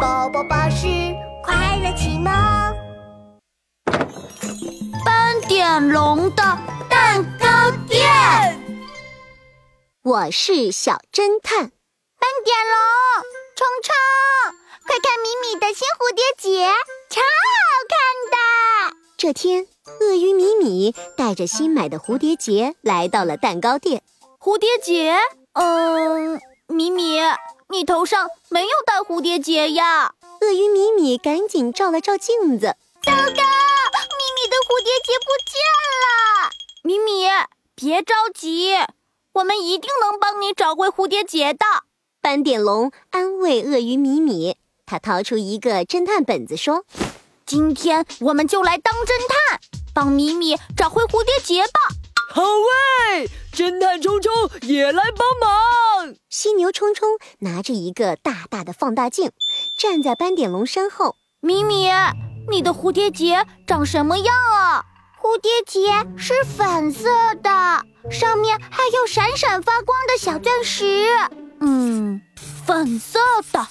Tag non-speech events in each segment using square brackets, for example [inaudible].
宝宝巴士快乐启蒙。斑点龙的蛋糕店，我是小侦探。斑点龙，冲冲，快看米米的新蝴蝶结，超好看的！这天，鳄鱼米米带着新买的蝴蝶结来到了蛋糕店。蝴蝶结？呃嗯，米米，你头上没有戴蝴蝶结呀？鳄鱼米米赶紧照了照镜子，糟糕，米米的蝴蝶结不见了。米米，别着急，我们一定能帮你找回蝴蝶结的。斑点龙安慰鳄鱼米米。他掏出一个侦探本子，说今天我们就来当侦探，帮米米找回蝴蝶结吧。好喂，侦探冲冲也来帮忙。：“犀牛冲冲拿着一个大大的放大镜，站在斑点龙身后。米米，你的蝴蝶结长什么样啊？蝴蝶结是粉色的，上面还有闪闪发光的小钻石。嗯，粉色的，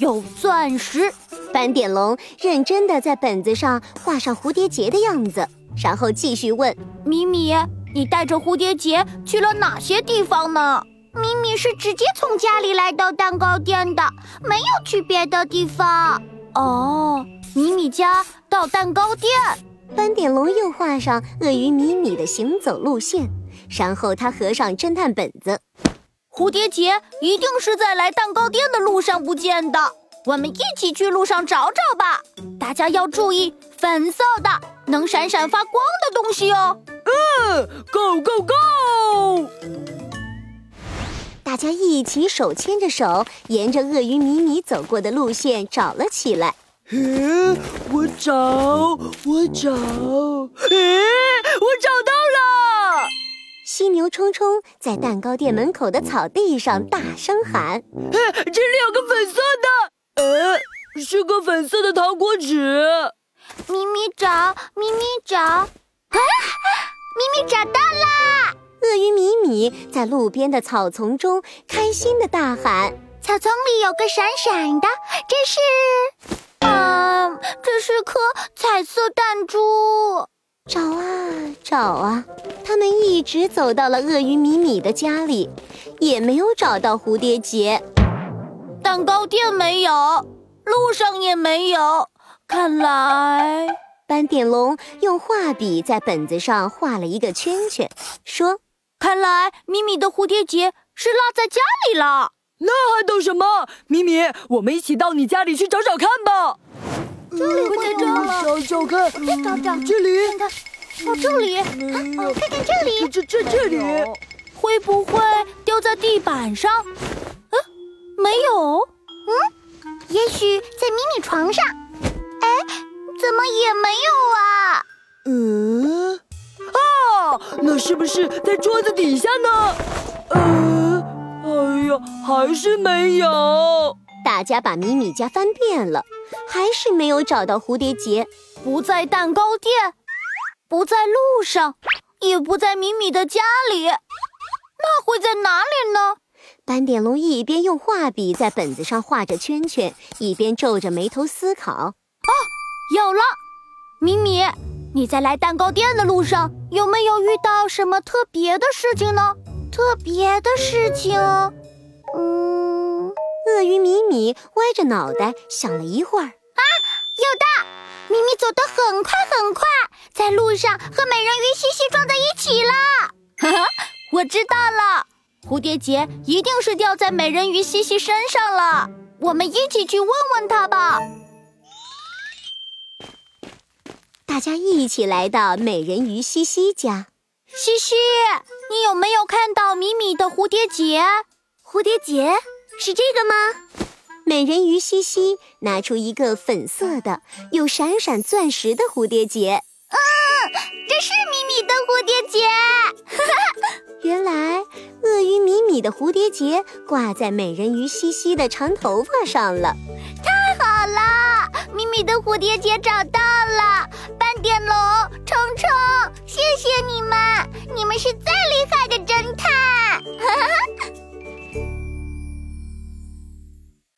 有钻石。”斑点龙认真的在本子上画上蝴蝶结的样子，然后继续问米米，你带着蝴蝶结去了哪些地方呢？米米是直接从家里来到蛋糕店的，没有去别的地方。哦，米米家到蛋糕店。斑点龙又画上鳄鱼米米的行走路线，然后他合上侦探本子。蝴蝶结一定是在来蛋糕店的路上不见的，我们一起去路上找找吧。大家要注意粉色的能闪闪发光的东西哦。嗯，Go Go Go！大家一起手牵着手，沿着鳄鱼米米走过的路线找了起来。诶，我找，我找，诶，我找到了！犀牛冲冲在蛋糕店门口的草地上大声喊诶，这里有个粉色的，诶，是个粉色的糖果纸。米米找，米米找，啊！米米找到啦！：“鳄鱼米米！”在路边的草丛中开心的大喊。草丛里有个闪闪的，这是……嗯，这是颗彩色弹珠。找啊找啊，他们一直走到了鳄鱼米米的家里，也没有找到蝴蝶结。蛋糕店没有，路上也没有，看来……斑点龙用画笔在本子上画了一个圈圈，说看来米米的蝴蝶结是落在家里了。那还等什么？米米，我们一起到你家里去找找看吧。这里不能找，找找嗯看，哎找找这里，哦，这啊里，没哦，看看这里，这这这里，会不会掉在地板上？嗯、没有。嗯也许在米米床上。哎，怎么也没有啊？嗯，啊，那是不是在桌子底下呢？呃，哎呀，还是没有。：“大家把米米家翻遍了，还是没有找到蝴蝶结。不在蛋糕店，不在路上，也不在米米的家里，那会在哪里呢？”斑点龙一边用画笔在本子上画着圈圈，一边皱着眉头思考。有了，米米，你在来蛋糕店的路上有没有遇到什么特别的事情呢？特别的事情，嗯，鳄鱼米米歪着脑袋想了一会儿，有的。米米走得很快很快，在路上和美人鱼西西撞在一起了。 [laughs] 我知道了，蝴蝶结一定是掉在美人鱼西西身上了。我们一起去问问她吧。大家一起来到美人鱼西西家。西西，你有没有看到米米的蝴蝶结？蝴蝶结是这个吗？美人鱼西西拿出一个粉色的、有闪闪钻石的蝴蝶结。这是米米的蝴蝶结。原来，鳄鱼米米的蝴蝶结挂在美人鱼西西的长头发上了。好啦，米米的蝴蝶结找到了，斑点龙、虫虫，谢谢你们，你们是最厉害的侦探。